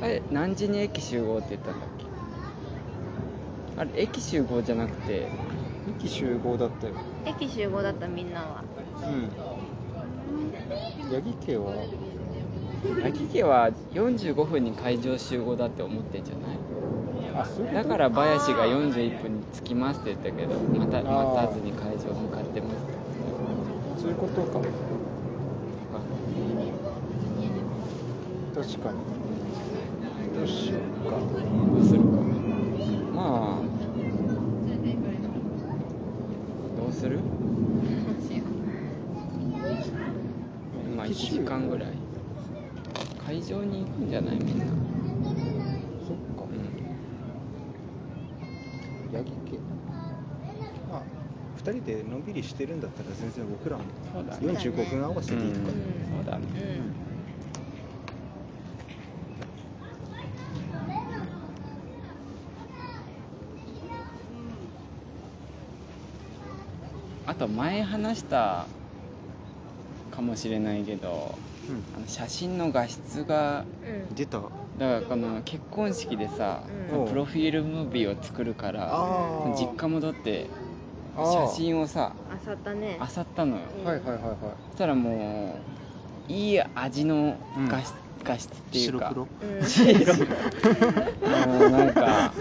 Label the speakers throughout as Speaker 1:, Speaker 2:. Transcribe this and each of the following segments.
Speaker 1: あれ何時に駅集合って言ったんだっけあれ駅集合じゃなくて
Speaker 2: 駅集合だったよ
Speaker 3: 駅集合だったみんなは
Speaker 2: うん八木家は
Speaker 1: 秋家は45分に会場集合だって思ってんじゃない
Speaker 2: あそういうこと
Speaker 1: だから林が41分に着きますって言ったけどまた待たずに会場向かってますって
Speaker 2: そういうことか
Speaker 1: あ
Speaker 2: 確かにどうしようか
Speaker 1: どうするかまあどうするまあ1時間ぐらい会場に行くんじゃないみんな
Speaker 2: そっか八木家まあ2人でのんびりしてるんだったら全然僕らも
Speaker 1: そうだね
Speaker 2: 45分合わせていいと
Speaker 1: う
Speaker 2: か、
Speaker 1: んそうだね
Speaker 3: う
Speaker 1: あと前話したかもしれないけどあの写真の画質が
Speaker 3: んうん
Speaker 2: うん出た
Speaker 1: だからこの結婚式でさ、
Speaker 2: うん
Speaker 1: プロフィールムービーを作るから
Speaker 2: あー
Speaker 1: 実家戻って
Speaker 2: あー
Speaker 1: 写真をさ
Speaker 3: あさったね
Speaker 1: 漁ったのよ
Speaker 2: はいはいはいはい
Speaker 1: そしたらもういい味の画質,、画質っていうか
Speaker 2: 白
Speaker 3: うん
Speaker 1: あのなんか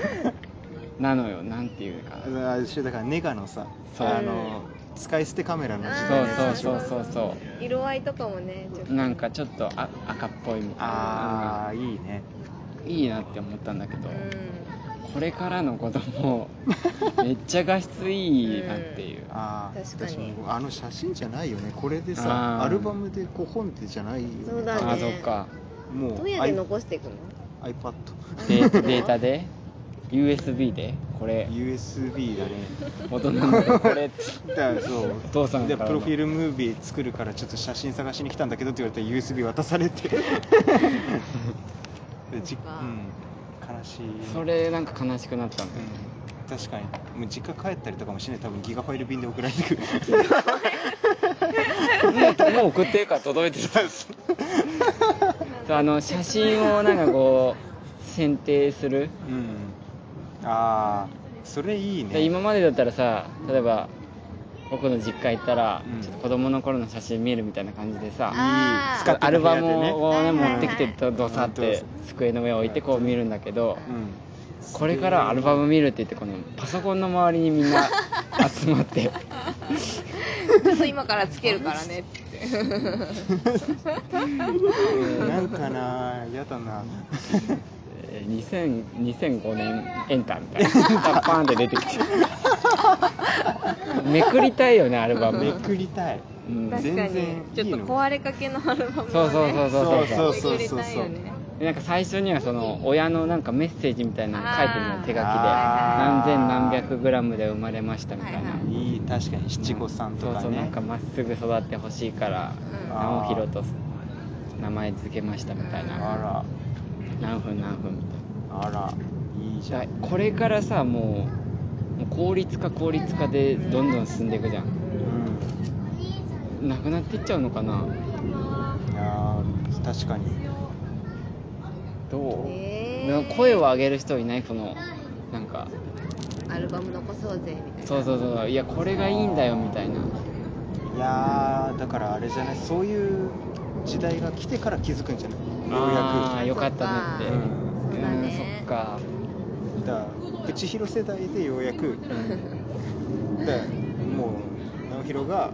Speaker 1: なのよなんていうか
Speaker 2: 黒あ一緒だからネガのさ
Speaker 1: そう
Speaker 2: あの使い捨てカメラの時代のやつ
Speaker 1: そう
Speaker 2: でしょ
Speaker 1: そうそうそうそ
Speaker 3: 色合いとかもねちょっ
Speaker 1: う
Speaker 3: と
Speaker 1: なんかちょっとあ赤っぽいみたい
Speaker 2: あ
Speaker 1: な
Speaker 2: あいいね
Speaker 1: いいなって思ったんだけ
Speaker 3: う
Speaker 1: ど、
Speaker 3: ん
Speaker 1: これからの子 供めっちゃ画質いいなっていう、
Speaker 2: ああ
Speaker 3: 確かに
Speaker 2: あの写真じゃないよねこれで
Speaker 1: あ
Speaker 2: さ
Speaker 1: ー
Speaker 2: アルバムでこう本ってじゃないよね
Speaker 3: そうだね
Speaker 1: ああそっか
Speaker 2: もう
Speaker 3: どうやっ
Speaker 2: i-
Speaker 3: て残していくの
Speaker 2: iPad
Speaker 1: デーデータで USB でこれ
Speaker 2: USB だね
Speaker 1: 大人のこれ
Speaker 2: だからそう
Speaker 1: お父さんか
Speaker 2: で
Speaker 1: らの
Speaker 2: プロフィールムービー作るからちょっと写真探しに来たんだけどって言われて USB 渡され てでじ
Speaker 3: そっか
Speaker 2: うん、悲しいね
Speaker 1: それなんか悲しくなったんだよ
Speaker 2: うん確かにもう実家帰ったりとかもしない多分ギガファイル便で送られてく る
Speaker 1: もうもう送ってから届いてたそうあの写真をなんかこう選定する、
Speaker 2: うんああそれいいね
Speaker 1: で今までだったらさ例えば僕の実家行ったら、
Speaker 2: うん
Speaker 1: ちょっと子供の頃の写真見るみたいな感じでさ、
Speaker 3: あー
Speaker 2: 使ってた
Speaker 1: ア
Speaker 2: 部
Speaker 1: ルバ
Speaker 2: 屋で
Speaker 1: ムを、ね
Speaker 2: ね
Speaker 3: はいはいはい
Speaker 1: 持ってきてどどさっ
Speaker 2: うんどう
Speaker 1: て
Speaker 2: ぞ
Speaker 1: 机の上置いてこう見るんだけど、
Speaker 2: うん
Speaker 1: これからアルバム見るって言ってこのパソコンの周りにみんな集まって
Speaker 3: ちょっと今からつけるからね
Speaker 2: うんなんかなやだな
Speaker 1: えー2000 2005年エンタみたいなパーンって出て きてめくりたいよねアルバム、
Speaker 2: めくりたい
Speaker 1: うん
Speaker 2: 確
Speaker 3: 確
Speaker 2: か
Speaker 3: か
Speaker 2: に
Speaker 3: に
Speaker 2: 全然
Speaker 3: ち
Speaker 2: い
Speaker 3: ょっ
Speaker 2: い
Speaker 3: と
Speaker 2: の
Speaker 3: 壊れかけのアルバムをね
Speaker 1: そうそうそうそうそう
Speaker 2: そうそう
Speaker 3: めくりたいよね
Speaker 1: でなんか最初にはその親のなんかメッセージみたいなの書いてるのよ手書きで何
Speaker 2: あー
Speaker 1: 千何百グラムで生まれましたみたいな、
Speaker 3: はいはい
Speaker 2: いい確かに七五三と
Speaker 1: そ
Speaker 2: か
Speaker 1: うそうなん
Speaker 2: ね
Speaker 1: かまっすぐ育ってほしいから
Speaker 3: うん
Speaker 1: 直弘と名前付けましたみたいな
Speaker 2: あ
Speaker 1: 何分何分みたいな
Speaker 2: らあらいいじ
Speaker 1: じ
Speaker 2: ゃ
Speaker 1: ゃ
Speaker 2: ん
Speaker 1: あこれからさもうもう効率化効率化でどんどん進んでいくじゃん
Speaker 2: うん
Speaker 1: なくなっていっちゃうのかない
Speaker 2: やー確かに
Speaker 1: どう、
Speaker 3: ねえ
Speaker 1: でも声を上げる人いないそのなんか
Speaker 3: アルバム残そうぜみたいな
Speaker 1: そうそうそういやこれがいいんだよみたいない
Speaker 2: やーだからあれじゃないそういう時代が来てから気づくんじゃない
Speaker 1: あー
Speaker 2: よ
Speaker 1: よかったねって
Speaker 2: うやくうん
Speaker 3: そうだ
Speaker 1: うん
Speaker 3: ね
Speaker 1: そっか
Speaker 2: だからプチヒロ世代でようやくだからもう直弘が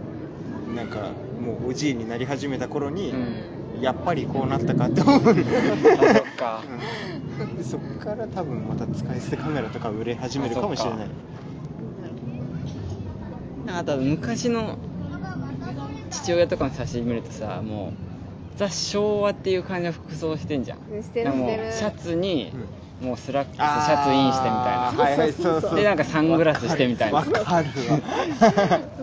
Speaker 2: なんかもうおじいになり始めた頃に、
Speaker 1: うん
Speaker 2: やっぱりこうなったかって思う
Speaker 1: あそっか
Speaker 2: でそっから多分また使い捨てカメラとか売れ始めるかもしれない
Speaker 1: なんか多分昔の父親とかの写真見るとさもうザ昭和っていう感じの服装してんじゃん
Speaker 3: うんしてる
Speaker 1: なんかも
Speaker 3: して
Speaker 1: う
Speaker 3: る
Speaker 1: シャツに
Speaker 2: うん
Speaker 1: もうスラックスシ
Speaker 2: あー
Speaker 1: ャツインしてみたいな
Speaker 2: はいはいそうそう
Speaker 1: でなんかサングラスしてみたいな
Speaker 2: わかる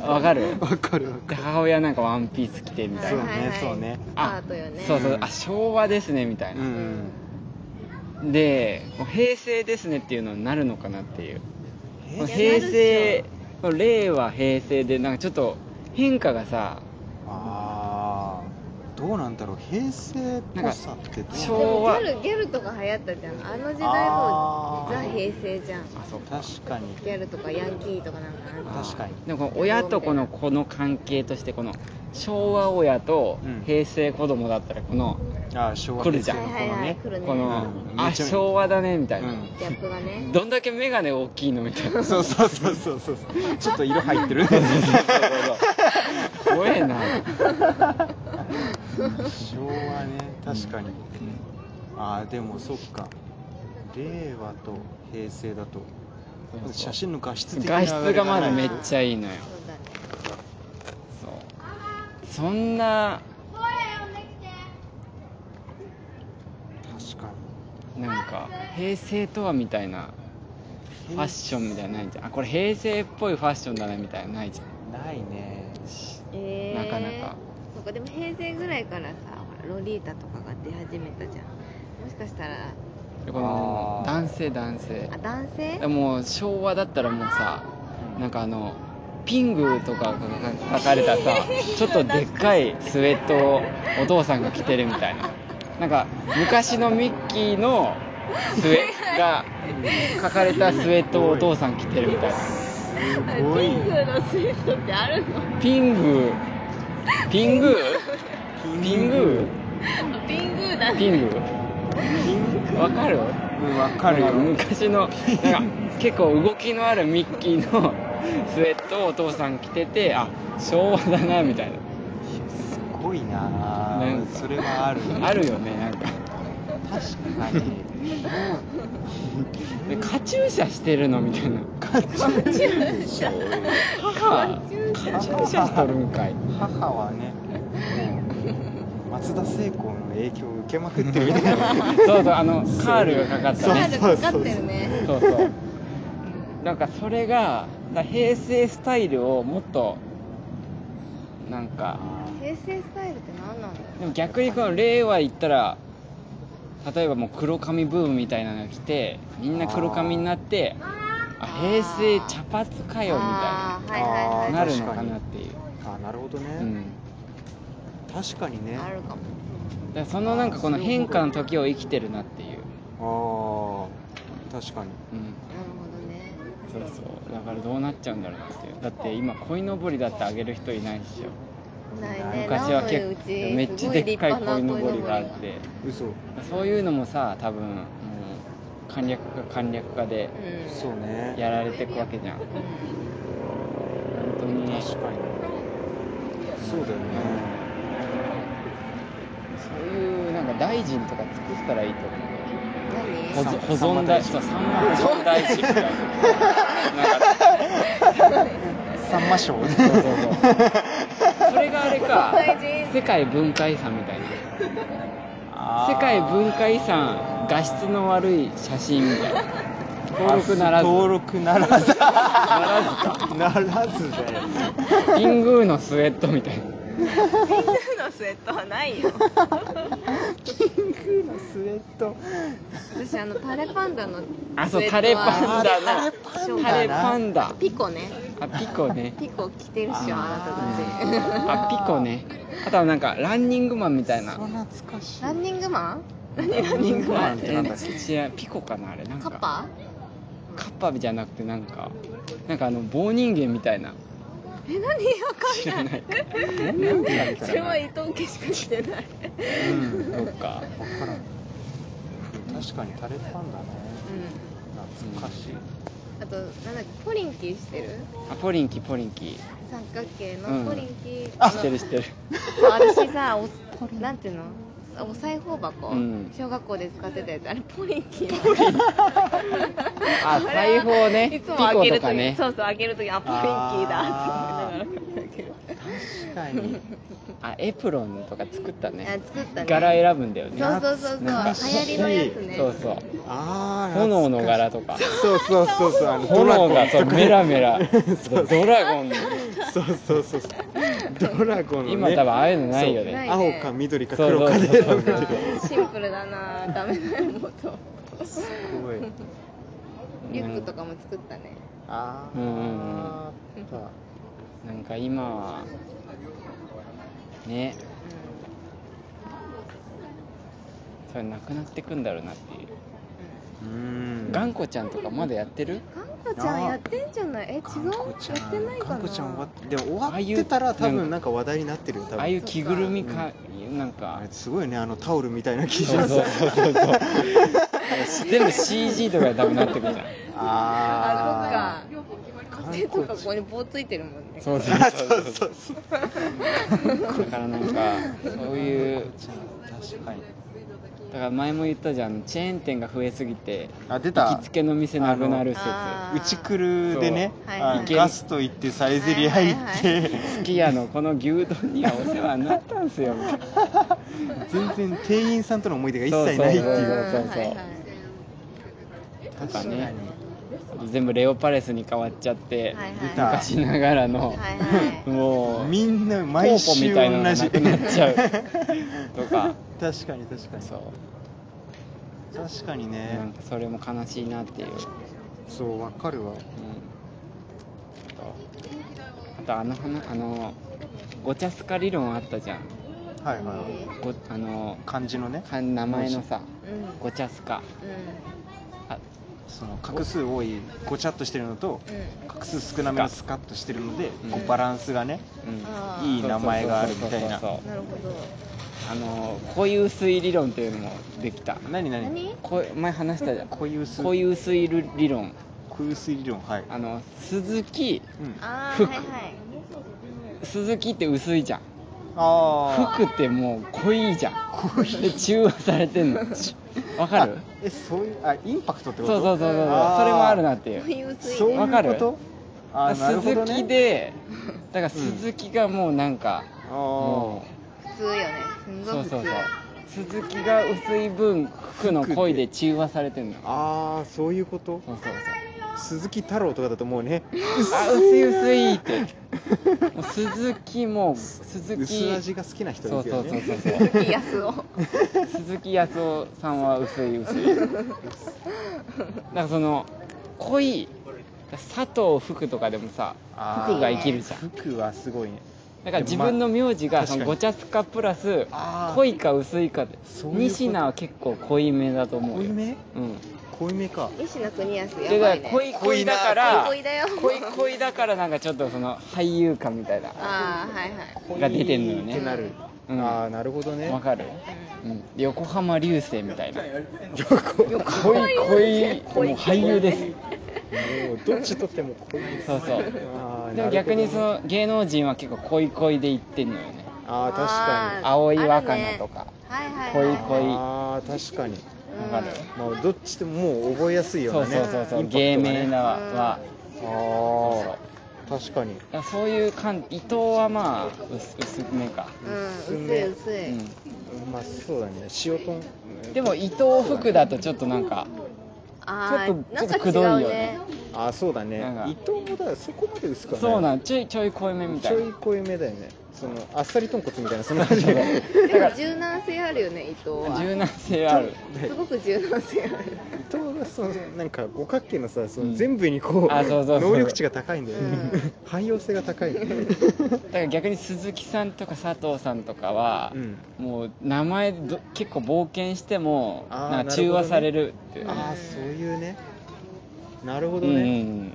Speaker 1: わかる
Speaker 2: わわかるわか
Speaker 1: で母親なんかワンピース着てみたい
Speaker 2: そう
Speaker 1: な、
Speaker 2: ねそうね
Speaker 3: アートよね
Speaker 1: そうそううんあ昭和ですねみたい
Speaker 2: るう
Speaker 1: な、
Speaker 2: ん
Speaker 1: でこう平成ですねっていうのになるのかなっていうこの
Speaker 2: え
Speaker 1: 平成この令和平成でなんかちょっと変化がさ
Speaker 2: ああどどうなんだろう平成っぽさって
Speaker 1: な
Speaker 2: どう
Speaker 1: んか
Speaker 2: なんだろう
Speaker 3: で
Speaker 1: 昭
Speaker 3: も
Speaker 1: 和
Speaker 3: ギャルギャルとか流行ったじゃんあの時代も
Speaker 2: あー
Speaker 3: ザ平成じゃん
Speaker 1: あそうか
Speaker 2: 確かに
Speaker 3: ギャルとかヤンキーとかなんかなんか
Speaker 2: 確かに
Speaker 1: でもこの親とこの子の関係としてこの昭和親と
Speaker 2: うん
Speaker 1: 平成子供だったらこの、
Speaker 2: ああ昭
Speaker 1: 来
Speaker 2: 和平
Speaker 1: るじ
Speaker 2: 成
Speaker 1: ゃん
Speaker 2: の頃
Speaker 3: はいはいはい
Speaker 2: ね
Speaker 3: 来るね
Speaker 1: この、
Speaker 2: うんめ
Speaker 1: あ
Speaker 2: っちゃ
Speaker 1: 昭和だねみたいな、
Speaker 2: う
Speaker 3: ギャップがね
Speaker 1: どんだけ眼鏡大きいのみたい な
Speaker 2: そうそうそうそうそうちょっと色入ってる
Speaker 1: 怖えな
Speaker 2: 昭和ね確かに、ああでもそっか令和と平成だと写真の画質的な
Speaker 1: 画質がまだめっちゃ
Speaker 2: い
Speaker 1: いいのよ
Speaker 3: そうだね
Speaker 1: そうそんな
Speaker 2: 確か
Speaker 1: なんか平成とはみたいなフ
Speaker 2: に
Speaker 1: ァッションみたいなのないじゃんあこれ平成っぽいファッションだねみたいなのないじゃ
Speaker 2: ないね
Speaker 3: えー、
Speaker 1: なかなか
Speaker 3: そっかでも平成ぐらいからさほらロリータとかが出始めたじゃんもしかしたら
Speaker 1: んでこの
Speaker 2: あー
Speaker 1: 男性男性
Speaker 3: あ男性
Speaker 1: もう昭和だったらもうさなんかあのピングとかが書かれた さちょっとでっかいスウェットをお父さんが着てるみたいななんか昔のミッキーのスウェが書かれたスウェットをお父さん着てるみたいな
Speaker 2: す
Speaker 3: あ
Speaker 2: ごい
Speaker 3: ピンクのスイートってあるの
Speaker 1: ピングピングピ
Speaker 2: ピ
Speaker 1: ン
Speaker 2: ン
Speaker 1: グ
Speaker 2: グ
Speaker 3: ピングーだ
Speaker 1: ピ
Speaker 3: ね
Speaker 1: ングわかる
Speaker 2: うんわかるよ
Speaker 1: なんか昔のなんか結構動きのあるミッキーの スウェットをお父さん着ててあ昭和だなみたいな
Speaker 2: すごいな
Speaker 1: な
Speaker 2: あ
Speaker 1: んか
Speaker 2: それはある
Speaker 1: あるよねなんか
Speaker 2: 確かに
Speaker 1: でカチューシャしてるのみたいなカチューシャカチューシャしとるんかい
Speaker 2: 母はね もう松田聖子の影響を受けまくってるみたいな
Speaker 1: そうそうあの カールがかかっ
Speaker 3: カ
Speaker 1: た
Speaker 3: ー
Speaker 1: ね
Speaker 3: ルかかってるね
Speaker 1: そうそうなんかそれがだ平成スタイルをもっとなんか
Speaker 3: 平成スタイルって何なんだろ
Speaker 1: でも逆にこの令和行ったら例えばもう黒髪ブームみたいなのが来てみんな黒髪になってあ平成茶髪か
Speaker 3: う
Speaker 1: よみ
Speaker 3: あ
Speaker 1: た
Speaker 3: ーはいはいい
Speaker 1: なな
Speaker 3: はい
Speaker 1: るのかなっていう、
Speaker 2: あなるほどね、
Speaker 1: うん、
Speaker 2: 確かにね
Speaker 3: あるかも
Speaker 1: だからそのなんかこの変化の時を生きてるなっていう、
Speaker 2: ああ確かに
Speaker 1: うん、
Speaker 3: なるほどね
Speaker 1: そうそうだからどうなっちゃうんだろうなっていうだって今鯉のぼりだってあげる人いないっしょ
Speaker 3: ないね
Speaker 1: 昔は結構
Speaker 3: 名古屋うち
Speaker 1: めっちゃでっかい鯉のぼりがあって
Speaker 2: 嘘
Speaker 1: そういうのもさ多分もう簡略化簡略化で
Speaker 3: うん
Speaker 2: そうね
Speaker 1: やられていくわけじゃん本当にね
Speaker 2: 確かにそうだよね
Speaker 1: そういうなんか大臣とか作ったらいいと思う保
Speaker 3: 何
Speaker 1: 存
Speaker 2: さ
Speaker 1: 保存大臣
Speaker 2: さんま大臣
Speaker 1: そうさんま保存大臣みたいななんか
Speaker 2: さんま賞ね
Speaker 1: そうそうそうそれがあれか
Speaker 3: 大事
Speaker 1: 世界文化遺産みたいな
Speaker 2: あー
Speaker 1: 世界文化遺産画質の悪い写真みたい な登録ならず
Speaker 2: 登録ならず
Speaker 1: な
Speaker 2: ならずだよ
Speaker 1: らずキングーのスウェットみたいな
Speaker 3: ピンクのスウェットはな いよ
Speaker 2: ピンクのスウェット
Speaker 3: 私あのタレパンダの
Speaker 1: あそう
Speaker 3: スウェット
Speaker 1: タ
Speaker 3: は
Speaker 1: レパンダ
Speaker 2: あ
Speaker 1: のタ
Speaker 3: タ
Speaker 1: レ
Speaker 2: レ
Speaker 1: パ
Speaker 2: パ
Speaker 1: ン
Speaker 2: ン
Speaker 1: ダ
Speaker 3: ピコね
Speaker 1: あピコね
Speaker 3: ピコ着てるっしょあなたたち
Speaker 1: あピコねあとはなんかランニングマンみたいな
Speaker 2: そう懐かしい
Speaker 3: ランニングマン
Speaker 2: ラ
Speaker 3: 何ランニングマンって
Speaker 1: なんだっけ知らんピコかなあれなん
Speaker 3: カ
Speaker 1: か
Speaker 3: ッパ
Speaker 1: カッパじゃなくてなんかなんかあの棒人間みたいな
Speaker 3: え何わ
Speaker 1: 知
Speaker 3: からんな
Speaker 1: ないい
Speaker 2: なんだみた
Speaker 3: そ
Speaker 2: い
Speaker 3: れ
Speaker 2: な
Speaker 3: は伊藤家しか着てな
Speaker 2: う
Speaker 3: い
Speaker 2: ん
Speaker 1: そっか
Speaker 2: わからん確かにタレパンダね
Speaker 3: うん
Speaker 2: 懐かしい、
Speaker 3: あとなんだっけポリンキーしてる
Speaker 1: あポリンキポリンキ
Speaker 3: 三角形のポリンキー、あ
Speaker 1: 知ってる知ってる
Speaker 3: の私さおなんていうのお裁縫箱、
Speaker 1: うん
Speaker 3: 小学校で使ってたやつあれポリンキー
Speaker 1: あ裁縫ね
Speaker 3: いつも開け
Speaker 1: ピコと
Speaker 3: る
Speaker 1: か
Speaker 3: とき、
Speaker 1: ね
Speaker 3: そうそう開けるときあポリンキーだ
Speaker 2: あー
Speaker 3: と思いながら開ける
Speaker 2: 確かに
Speaker 1: あエプロンとか作ったね
Speaker 3: あ作ったね
Speaker 1: 柄選ぶんだよね
Speaker 3: そうそうそうそう流
Speaker 2: 懐かしい
Speaker 3: 行りのやつね
Speaker 1: そうそう
Speaker 2: ああ
Speaker 1: 炎の柄とか
Speaker 2: そうそうそうそうあの
Speaker 1: 炎が
Speaker 2: ド
Speaker 1: そう
Speaker 2: ラゴンとかね
Speaker 1: メラメラ
Speaker 2: そう
Speaker 1: ドラゴン
Speaker 2: そうそうそうそうドラゴンの、ね、
Speaker 1: 今多分ああいうのないよ
Speaker 2: そう
Speaker 1: ね
Speaker 3: ないね
Speaker 2: 青か緑か黒かで
Speaker 1: そうそ
Speaker 2: 選
Speaker 1: うそ
Speaker 2: べ
Speaker 1: う
Speaker 2: る
Speaker 3: シンプルだなダメだよもっと
Speaker 2: すごい
Speaker 3: リュックとかも作ったね
Speaker 2: あ
Speaker 1: うんうん
Speaker 2: あ
Speaker 1: なんか今はね
Speaker 3: う
Speaker 1: それなくなってくんだろうなっていう、
Speaker 2: うん
Speaker 1: 頑固ちゃんとかまだやってる
Speaker 3: かんこちゃんやってんじゃないえ違う
Speaker 2: 頑固ちゃん
Speaker 3: やってないかな
Speaker 2: 頑固ちゃん終わ
Speaker 3: は
Speaker 2: っでも終わってたら多分なんか話題になってるよ多
Speaker 1: ああいう
Speaker 2: 分
Speaker 1: 着ぐるみか、なんか
Speaker 2: あれすごいねあのタオルみたいな生地
Speaker 1: そうそうそうそうそう全部 CG とかでダメになってくじゃん
Speaker 3: あ
Speaker 2: あ
Speaker 3: そっか
Speaker 2: あ
Speaker 3: 手とかここに棒ついてるもんね
Speaker 1: そう そうそうそうだからなんかそういう
Speaker 2: 確かに
Speaker 1: だから前も言ったじゃんチェーン店が増えすぎて
Speaker 2: あ出
Speaker 1: 行
Speaker 2: た
Speaker 1: きつけの店なくなる説
Speaker 3: あ
Speaker 2: うちくるでね
Speaker 3: そう
Speaker 2: あ
Speaker 3: はいはい
Speaker 2: ガスト行ってサイゼリヤ行って、
Speaker 1: すき家のこの牛丼にはお世話になったんすよみたいな
Speaker 2: 全然店員さんとの思い出が一切ないっ
Speaker 1: そそ
Speaker 2: ていう
Speaker 1: うそう
Speaker 3: はいはい
Speaker 1: とかねあと全部レオパレスに変わっちゃって、
Speaker 3: はいはい
Speaker 1: 昔ながらの、
Speaker 3: はいはい
Speaker 1: もう
Speaker 2: みんな毎
Speaker 1: コーポ
Speaker 2: 週
Speaker 1: みたいなの
Speaker 2: 同
Speaker 1: が
Speaker 2: じ
Speaker 1: なくなっちゃうと か
Speaker 2: 確かに確かに
Speaker 1: そう
Speaker 2: 確かに
Speaker 1: なん
Speaker 2: ね
Speaker 1: かそれも悲しいなっていう、うん、
Speaker 2: そうわかるわ
Speaker 1: あとあの花あのごちゃすか理論あったじゃん
Speaker 2: はいはいはい
Speaker 1: ごあの
Speaker 2: 漢字のね
Speaker 1: か名前のさ
Speaker 3: うんうん
Speaker 1: ごちゃすかあ
Speaker 2: その画数多いごちゃっとしてるのと
Speaker 3: う
Speaker 2: 画数少なめのスカッとしてるので、
Speaker 1: うん
Speaker 2: こうバランスがね
Speaker 3: あ
Speaker 1: う
Speaker 3: ー
Speaker 1: ん
Speaker 3: いい
Speaker 2: 名前があるみたいな
Speaker 1: そうそうそうん
Speaker 3: なるほど
Speaker 1: あのこういう水理論っていうのもできた
Speaker 2: 何何
Speaker 3: 何
Speaker 1: こう前話したじゃん
Speaker 2: 固有数
Speaker 1: こういう水理論
Speaker 2: 固有数理論はい、
Speaker 1: あの鈴木
Speaker 2: うん、あ
Speaker 3: ああ
Speaker 1: 服
Speaker 3: はいはい
Speaker 1: 鈴木って薄いじゃん
Speaker 2: あ
Speaker 1: 服ってもう濃いじゃんで中和されて んのわかる
Speaker 2: えそういうあインパクトっ
Speaker 1: そ
Speaker 2: て
Speaker 1: う
Speaker 2: こと
Speaker 1: そうそうそうそれも
Speaker 2: あー
Speaker 1: あるなってい
Speaker 3: こう
Speaker 1: う
Speaker 3: いう薄い
Speaker 2: そう
Speaker 3: ね
Speaker 2: いう
Speaker 1: わかる
Speaker 2: ことあーなるほ
Speaker 1: 鈴
Speaker 2: どね
Speaker 1: 木でだから鈴木がもうなんか、
Speaker 2: あ
Speaker 1: も
Speaker 2: ー
Speaker 3: 普通よねすん
Speaker 1: う
Speaker 3: ご
Speaker 1: そ
Speaker 3: いう普
Speaker 1: そう
Speaker 3: 通
Speaker 1: そう鈴木が薄い分服の濃いで中和されてんのそう
Speaker 2: あーそういうこと
Speaker 1: そうそ
Speaker 2: 鈴木太郎とかだとも うね
Speaker 1: うあ薄い薄いってもう鈴木も鈴木
Speaker 2: 薄味が好きな人
Speaker 1: そ
Speaker 2: で
Speaker 1: う
Speaker 2: す
Speaker 1: そ
Speaker 2: よ
Speaker 1: うそう
Speaker 2: ね
Speaker 1: そうそう
Speaker 3: 鈴木康夫
Speaker 1: 鈴木康夫さんは薄い薄いだからその濃い佐藤福とかでもさ
Speaker 2: あー
Speaker 1: 服が生きるじゃん
Speaker 2: 服はすごいね
Speaker 1: だから自分の名字が
Speaker 2: でもまあ
Speaker 1: そのごちゃつかプラス
Speaker 2: あー
Speaker 1: 濃いか薄いかで
Speaker 2: そういうこと
Speaker 1: 仁科は結構濃いめだと思うよ
Speaker 2: 濃いめ
Speaker 1: うん
Speaker 2: 濃いめか
Speaker 3: 西野邦康
Speaker 1: で
Speaker 3: やば
Speaker 1: だ
Speaker 3: い
Speaker 1: から
Speaker 3: ね
Speaker 1: 濃い濃いだから
Speaker 3: 濃いだよ
Speaker 1: 濃い濃いだからなんかちょっとその俳優感みたいな
Speaker 3: ああはいはい
Speaker 1: が出てんのよ
Speaker 2: 濃いってな
Speaker 1: ね
Speaker 2: る、
Speaker 1: うん
Speaker 2: ああなるほどね
Speaker 1: わかる、うん、横浜流星みたいな
Speaker 2: 横
Speaker 1: 濃い濃いもう俳優です
Speaker 2: もうどっちとっても濃い
Speaker 1: そうそう
Speaker 2: あ
Speaker 1: で
Speaker 2: ーなるほど
Speaker 1: も
Speaker 2: ね
Speaker 1: 逆にその芸能人は結構恋恋で言ってんのよね
Speaker 2: ああ確かに
Speaker 3: あー
Speaker 1: 青い若菜とか、
Speaker 3: はいはい
Speaker 1: 濃い
Speaker 3: は
Speaker 1: 濃い
Speaker 2: ああ確かに
Speaker 3: うん
Speaker 1: わかる、
Speaker 2: まあどっちでももう覚えやすいよう
Speaker 1: そう
Speaker 2: なね
Speaker 1: そうそうそう、
Speaker 2: インパクトがね
Speaker 1: 芸名だわ、
Speaker 2: ああ確かに
Speaker 1: だからそういう感伊藤はまあ薄薄めか、
Speaker 3: うん薄い薄い、
Speaker 2: うんまあそうだね塩豚
Speaker 1: うん、でも伊藤福だとちょっとなんか
Speaker 3: あ
Speaker 1: ち
Speaker 3: あ
Speaker 1: ょっと
Speaker 3: なんか
Speaker 1: ちょっとく
Speaker 3: 違
Speaker 1: どいよ
Speaker 3: う
Speaker 1: ね
Speaker 3: ね
Speaker 2: ああそうだね
Speaker 1: なんか
Speaker 2: 伊藤もだからそこまで薄くはない
Speaker 1: そうなんちょいちょい濃いめみた
Speaker 2: ち
Speaker 1: い
Speaker 2: ょ
Speaker 1: ない
Speaker 2: 濃いめだよねそのあっさり豚骨みたいなその 味が
Speaker 3: でも柔軟性あるよね伊藤は
Speaker 1: 柔軟性ある
Speaker 3: すごく柔軟性ある
Speaker 2: 伊藤がそのなんか五角形のさその
Speaker 1: うん
Speaker 2: 全部にこう,、
Speaker 1: あそうそうそう
Speaker 2: 能力値が高いんだよね、
Speaker 3: う
Speaker 2: 汎用性が高い、
Speaker 1: だから逆に鈴木さんとか佐藤さんとかは、
Speaker 2: うん
Speaker 1: もう名前ど結構冒険しても
Speaker 2: あー
Speaker 1: なんか中和されるっていう
Speaker 2: ああそういうねなるほ
Speaker 1: う
Speaker 2: ど
Speaker 1: んうん
Speaker 2: ね、
Speaker 1: うん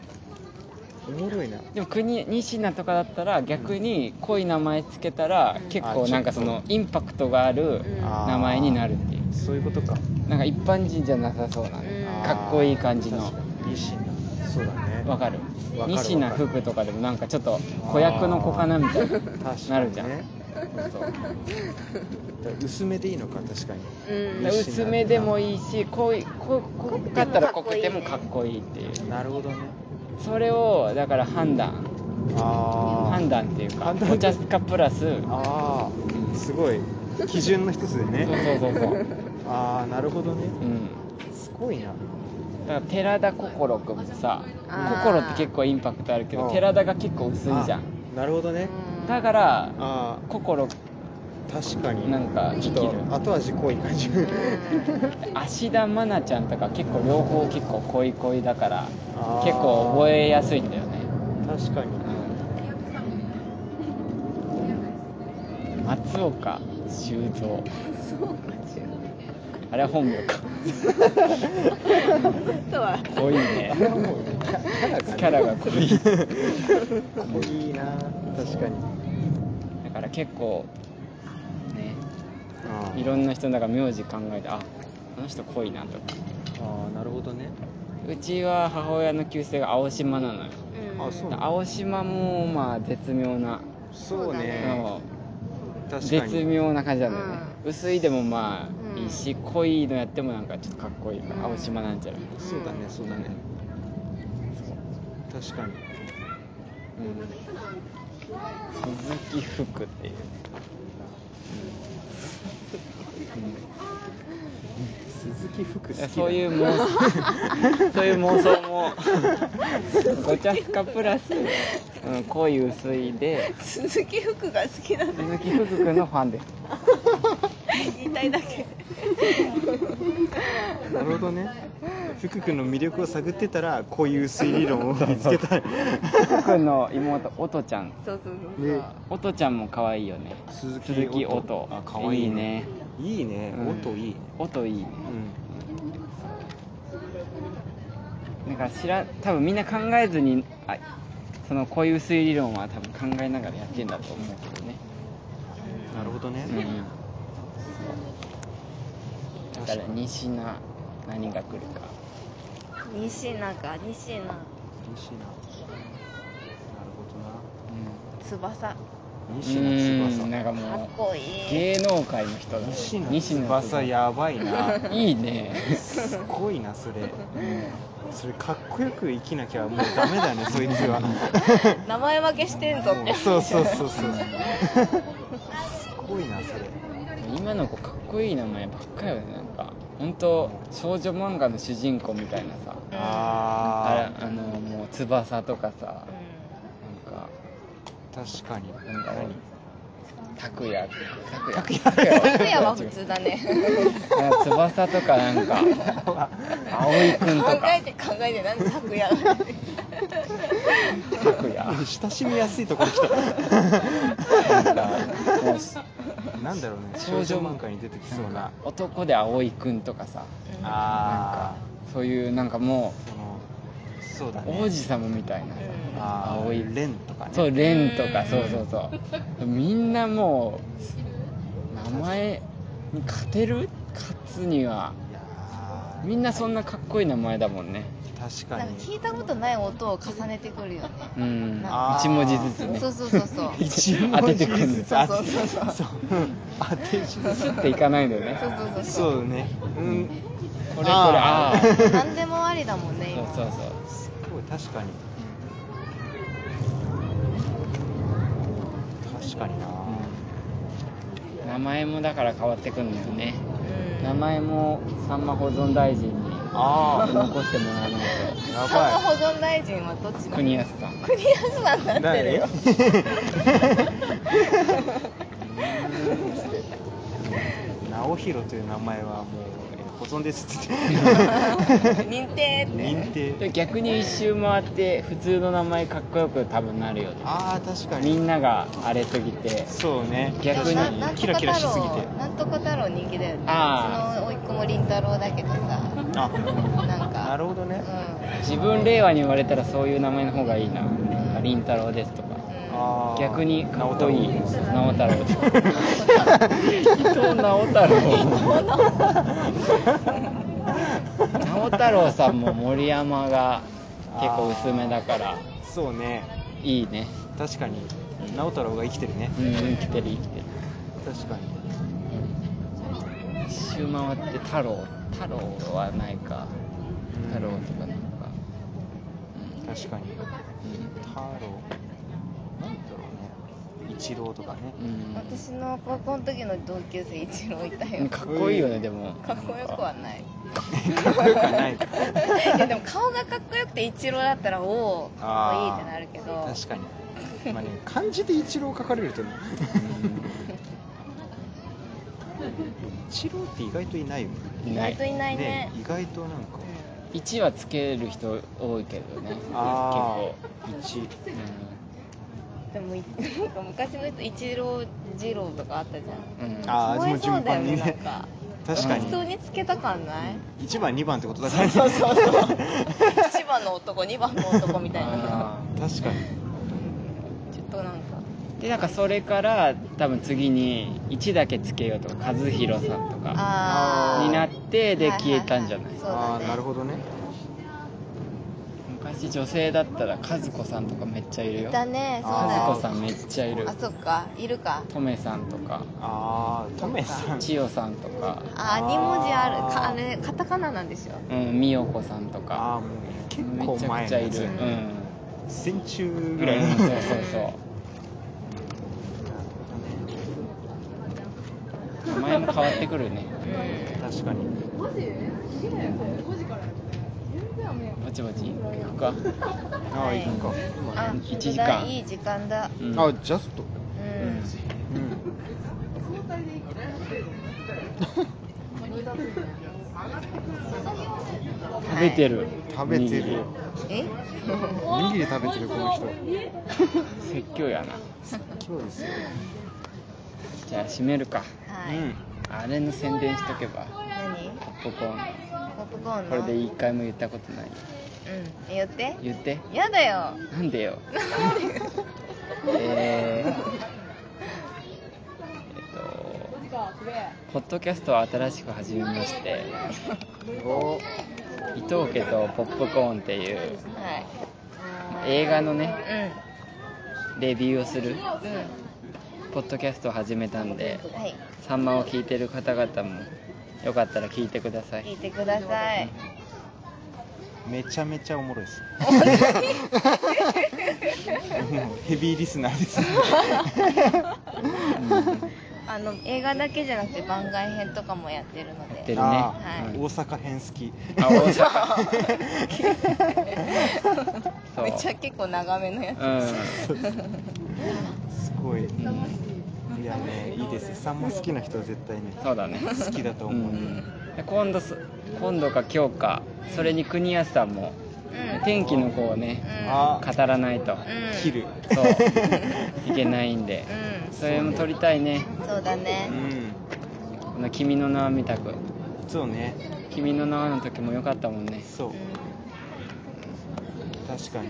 Speaker 2: おもろいな
Speaker 1: でも国仁科とかだったら逆に濃い名前つけたら
Speaker 3: うん
Speaker 1: 結構なんかそのインパクトがある
Speaker 3: うん
Speaker 2: あー
Speaker 1: 名前になるってい
Speaker 2: そういうことか
Speaker 1: うなんか一般人じゃなさそうなね
Speaker 3: うん
Speaker 1: かっこいい感じの
Speaker 2: 確かに西野そうだね
Speaker 1: わかる
Speaker 2: わかる
Speaker 1: 仁科福とかでもなんかちょっと子役の子かなみたいな
Speaker 2: 確かに、ね、
Speaker 1: なるじゃん
Speaker 2: そうだから薄めでいいのか確かに
Speaker 3: うん
Speaker 1: だから薄めでもいいし濃い濃濃かったら濃くてもかっこいいっていう
Speaker 2: なるほどね
Speaker 1: それをだから判断
Speaker 2: あ
Speaker 1: 判
Speaker 2: ー
Speaker 1: 断っていうか
Speaker 2: 判断
Speaker 1: お茶スカプラス
Speaker 2: あーすごい基準の一つ
Speaker 1: そ
Speaker 2: で
Speaker 1: う
Speaker 2: ね
Speaker 1: そうそう そう
Speaker 2: ああなるほどね
Speaker 1: うん
Speaker 2: すごいな
Speaker 1: だから寺田心君もさ
Speaker 3: あー
Speaker 1: 心って結構インパクトあるけ
Speaker 2: う
Speaker 1: ど
Speaker 2: ん
Speaker 1: 寺田が結構薄いじゃん
Speaker 2: あなるほどね
Speaker 1: だから
Speaker 2: あ
Speaker 1: 心
Speaker 2: あ確かに
Speaker 1: なんか
Speaker 2: ちょ
Speaker 1: 生
Speaker 2: っ
Speaker 1: きる
Speaker 2: と後味濃い感じ
Speaker 1: 芦田愛菜ちゃんとか結構両方結構恋恋だから
Speaker 2: あー
Speaker 1: 結構覚えやすいんだよね、
Speaker 2: 確かに
Speaker 1: 松岡修造あれは本 名か
Speaker 3: そうは
Speaker 1: 濃いね
Speaker 2: あれはもうキャ キャラがね
Speaker 1: キャラが濃い
Speaker 2: いいな確かに
Speaker 1: だから結構ね
Speaker 2: あ
Speaker 1: いろんな人だから名字考えてあこの人濃いなとか
Speaker 2: ああなるほどね
Speaker 1: うちは母親の旧姓が青島なのよ
Speaker 3: うん
Speaker 2: あそうなの
Speaker 1: 青島もまあ絶妙な、
Speaker 2: そうね
Speaker 1: そう
Speaker 2: 確か
Speaker 1: 絶
Speaker 2: に
Speaker 1: 妙な感じなんだよね、薄いでもま
Speaker 3: うん
Speaker 1: あいいし濃いのやってもなんかちょっとかっこいいから、
Speaker 3: うん
Speaker 1: 青島なんちゃら
Speaker 2: そうだねそうだね確かに
Speaker 1: 鈴木福っていうね、
Speaker 2: 鈴木福好きだね
Speaker 1: そういう妄想そういう妄想もごちゃすかプラス、うん、濃い薄いで
Speaker 3: 鈴木福が好きなんだ
Speaker 1: 鈴木福君のファンです
Speaker 3: 言いたいだけ
Speaker 2: なるほどね福君の魅力を探ってたらこういう推理論を見つけたい
Speaker 1: 福君の妹音ちゃん
Speaker 3: そうそうそうそう、
Speaker 2: ね
Speaker 1: 音ちゃんも可愛いよね
Speaker 2: 鈴
Speaker 1: 鈴木音
Speaker 2: あ可愛い
Speaker 1: いね
Speaker 2: いいね
Speaker 1: うん
Speaker 2: 音いい
Speaker 1: 音いいね
Speaker 2: うん
Speaker 1: なんか知ら多分みんな考えずにあそのこういう推理論は多分考えながらやってんだと思うけどね、
Speaker 2: なるほどね
Speaker 1: うん、だから西な何が来るか
Speaker 3: 西中西中
Speaker 2: 西ななるほどな
Speaker 3: 翼
Speaker 2: 西野
Speaker 1: うーんな
Speaker 2: 翼
Speaker 1: んか
Speaker 3: かっ
Speaker 1: も
Speaker 3: こ
Speaker 1: う
Speaker 3: いい
Speaker 1: 芸能界の人だね
Speaker 2: 西野
Speaker 1: 西野
Speaker 2: 翼やばいな
Speaker 1: いいね
Speaker 2: すごいなそれそれかっこよく生きなきゃもうダメだねそいつは
Speaker 3: 名前分けしてんぞって
Speaker 2: そうそうそうそうすごいなそれ
Speaker 1: 今の子かっこいい名前ばっかよねなんか本当少女漫画の主人公みたいなさあ
Speaker 2: あ
Speaker 1: らあのもう翼とかさ
Speaker 3: う
Speaker 1: なんか
Speaker 2: ー確かに
Speaker 1: なんか
Speaker 2: 何
Speaker 1: 拓也拓也
Speaker 3: ん拓也は普通だね
Speaker 1: なんか翼とかなんか葵くんと
Speaker 3: 考
Speaker 1: か
Speaker 3: えて考えてなんで拓也が
Speaker 1: 拓也
Speaker 2: 親しみやすいところ来た
Speaker 1: なんかもう
Speaker 2: なんだろうね
Speaker 1: 少
Speaker 2: 少
Speaker 1: 女
Speaker 2: 女漫画に出てきそうな
Speaker 1: 男で葵くんとかさ
Speaker 2: あ
Speaker 1: そういうなんかも
Speaker 2: ーそのそうだ
Speaker 1: う
Speaker 2: ね
Speaker 1: 王子様みたいなさ
Speaker 3: うん
Speaker 2: あ
Speaker 1: 青い
Speaker 2: ー蓮とかね
Speaker 1: そう蓮と
Speaker 3: う
Speaker 1: か
Speaker 3: ん
Speaker 1: そうそうそうみんなもう名前に勝てる勝つにはい
Speaker 2: やー
Speaker 1: みんなそんなかっこいい名前だもんね
Speaker 2: 確
Speaker 3: な
Speaker 2: か
Speaker 3: んか
Speaker 2: に
Speaker 3: 聞いたことない音を重ねてくるよ ね
Speaker 1: うん
Speaker 2: あー
Speaker 1: 一文字ずつね
Speaker 3: そうそうそう そう
Speaker 2: 一文
Speaker 1: 当てて
Speaker 2: 字
Speaker 1: くん
Speaker 2: ず
Speaker 1: の
Speaker 2: つ
Speaker 3: そ
Speaker 2: 当
Speaker 3: うそう
Speaker 2: て
Speaker 3: そうそう
Speaker 2: そう当て字ずつ
Speaker 1: スッていかないんだよね
Speaker 3: そうそうそう
Speaker 2: そうねうん
Speaker 1: これこれああ
Speaker 3: そう何でもありだもんね
Speaker 1: そうそ
Speaker 3: 今
Speaker 1: うそう
Speaker 2: すごい確かに確かにな
Speaker 1: 名前もだから変わってくんだよね
Speaker 3: うん
Speaker 1: 名前もさんま保存大臣に
Speaker 2: あー
Speaker 1: 残してもらわない
Speaker 2: や
Speaker 3: さんま
Speaker 2: ば
Speaker 3: 保存大臣はどっち
Speaker 1: と
Speaker 3: なの
Speaker 1: 国安さん
Speaker 3: 国安さんに
Speaker 2: い
Speaker 3: なってるよ
Speaker 2: 直弘という名前はもうえ保存ですって
Speaker 3: 認定って
Speaker 2: 認定
Speaker 1: で逆に一周回って普通の名前かっこよく多分なるよね
Speaker 2: ああ確か
Speaker 1: み
Speaker 2: に
Speaker 1: んなが荒れすぎて
Speaker 2: そうね
Speaker 1: 逆に
Speaker 3: ななんと
Speaker 2: キ
Speaker 3: か
Speaker 2: ラキラしすぎ
Speaker 3: 太
Speaker 2: て
Speaker 3: 郎なんとか太郎人気だよね
Speaker 1: あ
Speaker 3: うちの甥っ子もりんたろうだけどさ
Speaker 2: あ
Speaker 3: なんか
Speaker 2: なるほど
Speaker 3: う
Speaker 2: ね
Speaker 3: んう
Speaker 1: 自分令和に言われたらそういう名前の方がいいななんか凛太郎ですとか
Speaker 3: ん
Speaker 2: あー
Speaker 1: 逆にかっこいい
Speaker 2: 直太
Speaker 1: 直太郎伊藤直太郎直太郎さんも森山が結構薄めだから
Speaker 2: 朗そうね
Speaker 1: いいね
Speaker 2: 確かに直太朗が生きてるね
Speaker 1: うん生きてる生きてる
Speaker 2: 確かに
Speaker 1: 一周回って太郎太郎はないか太郎とかなんか
Speaker 2: 確かに太郎なんだろうね一郎とかね
Speaker 1: うん、うん
Speaker 3: 私の高校の時の同級生一郎いたよ
Speaker 1: かっこいいよねでも
Speaker 3: かっこよくはない
Speaker 2: かっこよくはないか
Speaker 3: いやでも顔がかっこよくて一郎だったらおおかっこいいってなるけど
Speaker 2: 確かにまあね漢字で一郎書かれるとね一郎って意外といないよね
Speaker 1: い
Speaker 3: 意
Speaker 1: な
Speaker 3: 外
Speaker 1: い
Speaker 3: といないね
Speaker 2: ね意外となんか
Speaker 1: 1はつける人多いけどね結
Speaker 2: あ
Speaker 1: 構、
Speaker 2: あ一
Speaker 3: うんでもいなんか昔の人一郎二郎とかあったじゃん
Speaker 1: うんうん、
Speaker 2: あー
Speaker 3: かわいそうだよ
Speaker 2: もう順番に
Speaker 3: ね
Speaker 2: ね
Speaker 3: なんか
Speaker 2: 確かに
Speaker 3: 適当につけた感ない
Speaker 2: 1番2番ってことだからね確か
Speaker 3: 1番の男2番の男みたいな
Speaker 1: あ
Speaker 2: に
Speaker 3: ちょっとなんか
Speaker 1: でなんかそれから多分次に1だけつけようとか和弘さんとか
Speaker 3: あー
Speaker 1: になってで
Speaker 3: はいはいはい
Speaker 1: 消えたんじゃない
Speaker 3: そう
Speaker 2: あ
Speaker 3: だ
Speaker 2: あ
Speaker 3: ね
Speaker 2: なるほどね
Speaker 1: 昔女性だったら和子さんとかめっちゃいるよ
Speaker 3: だねそうだ
Speaker 1: 和
Speaker 3: よ
Speaker 1: 子さんめっちゃいる
Speaker 3: あそっかいるか
Speaker 1: トメさんとか
Speaker 2: ああトメさん
Speaker 1: 千代さんとか
Speaker 3: あ
Speaker 2: あー
Speaker 3: 2文字あるかあれカタカナなんでしょ
Speaker 1: うん美代子さんとか
Speaker 2: ああもう結
Speaker 1: め
Speaker 2: 構
Speaker 1: ちゃ
Speaker 2: 前
Speaker 1: くちゃ
Speaker 2: の
Speaker 1: い
Speaker 2: やつ
Speaker 1: る
Speaker 3: ね
Speaker 2: 戦中
Speaker 1: うん
Speaker 2: ぐらい
Speaker 1: うん
Speaker 2: の
Speaker 1: そう
Speaker 2: なる
Speaker 1: そうそう名前も変わってくるね
Speaker 2: ほどね確かに
Speaker 1: ぼちぼち行くか
Speaker 2: ああいくか
Speaker 3: あ
Speaker 1: 一
Speaker 3: 本当
Speaker 1: 時
Speaker 3: だ
Speaker 1: 間
Speaker 3: いい時間だ
Speaker 1: うん
Speaker 2: あジャスト
Speaker 3: うん
Speaker 2: うん
Speaker 1: 食べてる
Speaker 2: 食べてるよ
Speaker 3: え
Speaker 2: おにぎり食べてるこの人
Speaker 1: 説教やな
Speaker 2: 今日ですよ
Speaker 1: じゃあ閉めるか
Speaker 3: はい、
Speaker 2: うん
Speaker 1: あれの宣伝しとけば
Speaker 3: 何
Speaker 1: ポップコーン
Speaker 3: ポップコーンの
Speaker 1: これで一回も言ったことないよ
Speaker 3: うん言って
Speaker 1: 言って
Speaker 3: やだよ
Speaker 1: なんでよえー、えっとポッドキャストを新しく始めまして
Speaker 2: お
Speaker 1: 伊藤家とポップコーンっていう
Speaker 3: はい
Speaker 1: 映画のね
Speaker 3: う
Speaker 1: レビューをする
Speaker 3: んうん
Speaker 1: ポッドキャストを始めたんで
Speaker 3: はい
Speaker 1: 「さんま」を聞いてる方々もよかったら聞いてくださ
Speaker 3: 聞い
Speaker 1: い
Speaker 3: てください
Speaker 2: めちゃめちゃおもろいですもうヘビーリスナーですね
Speaker 3: あの映画だけじゃなくて番外編とかもやってるの
Speaker 1: やっ
Speaker 3: で
Speaker 1: てるね
Speaker 2: あ
Speaker 3: はい
Speaker 2: ー大阪編好き
Speaker 1: あ大 阪そう
Speaker 3: めっちゃ結構長めのやつ、
Speaker 2: すごい
Speaker 1: うん、うん
Speaker 2: いやねいいですよさんま好きな人は絶対ね
Speaker 1: そうだね
Speaker 2: 好きだと思う、
Speaker 1: で今度す今度か今日かそれに国安さんも
Speaker 3: うん
Speaker 1: 天気の子をね
Speaker 2: あ
Speaker 1: 語らないと
Speaker 3: うん
Speaker 2: 切る
Speaker 1: そういけないんで
Speaker 3: う
Speaker 1: それも撮りたいね
Speaker 3: んそう だ
Speaker 2: う
Speaker 3: ね
Speaker 2: ん
Speaker 1: この「君の名は見たく」
Speaker 2: そうね
Speaker 1: 「君の名は」の時も良かったもんね
Speaker 2: そう確かに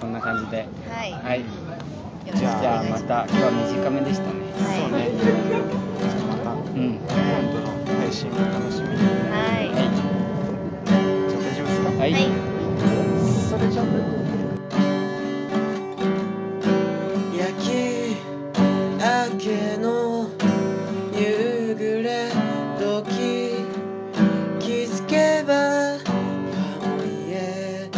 Speaker 1: そんな感じで
Speaker 3: うんはいよ
Speaker 1: はい
Speaker 3: ろしく
Speaker 1: じ
Speaker 3: お
Speaker 1: ゃあ
Speaker 3: 願い
Speaker 1: ま
Speaker 3: します
Speaker 1: た今日は短めでしたね
Speaker 3: はい
Speaker 2: そうねじゃあまた
Speaker 1: うん
Speaker 2: 今度の配信も楽しみにじゃ
Speaker 3: はい
Speaker 1: は
Speaker 2: あ大丈夫ですか
Speaker 1: いはい
Speaker 2: それじゃあ
Speaker 4: 焼き明けの夕暮れ時気づけば神へ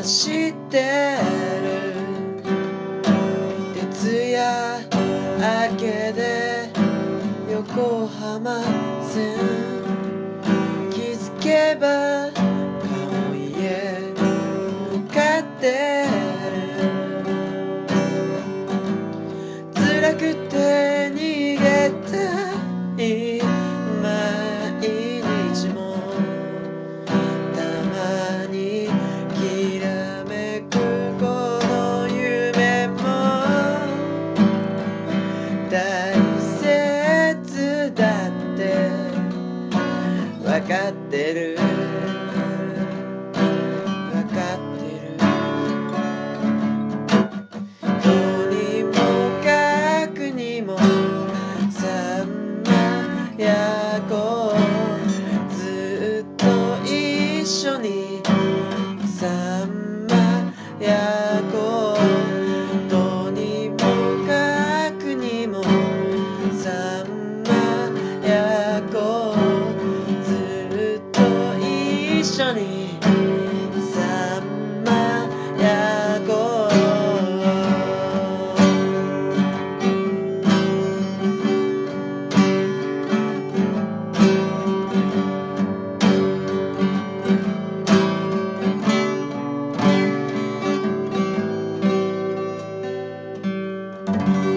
Speaker 4: 走ってる徹夜明けで横浜線気づけば神へ向かってる辛くて逃げたい毎日もたまにきらめくこの夢も大切だってわかってるわかってるとにもかくにもさんまやこずっと一緒にさんまやこどにもかくにもさんまやこずっと一緒にさんまやこ
Speaker 3: 「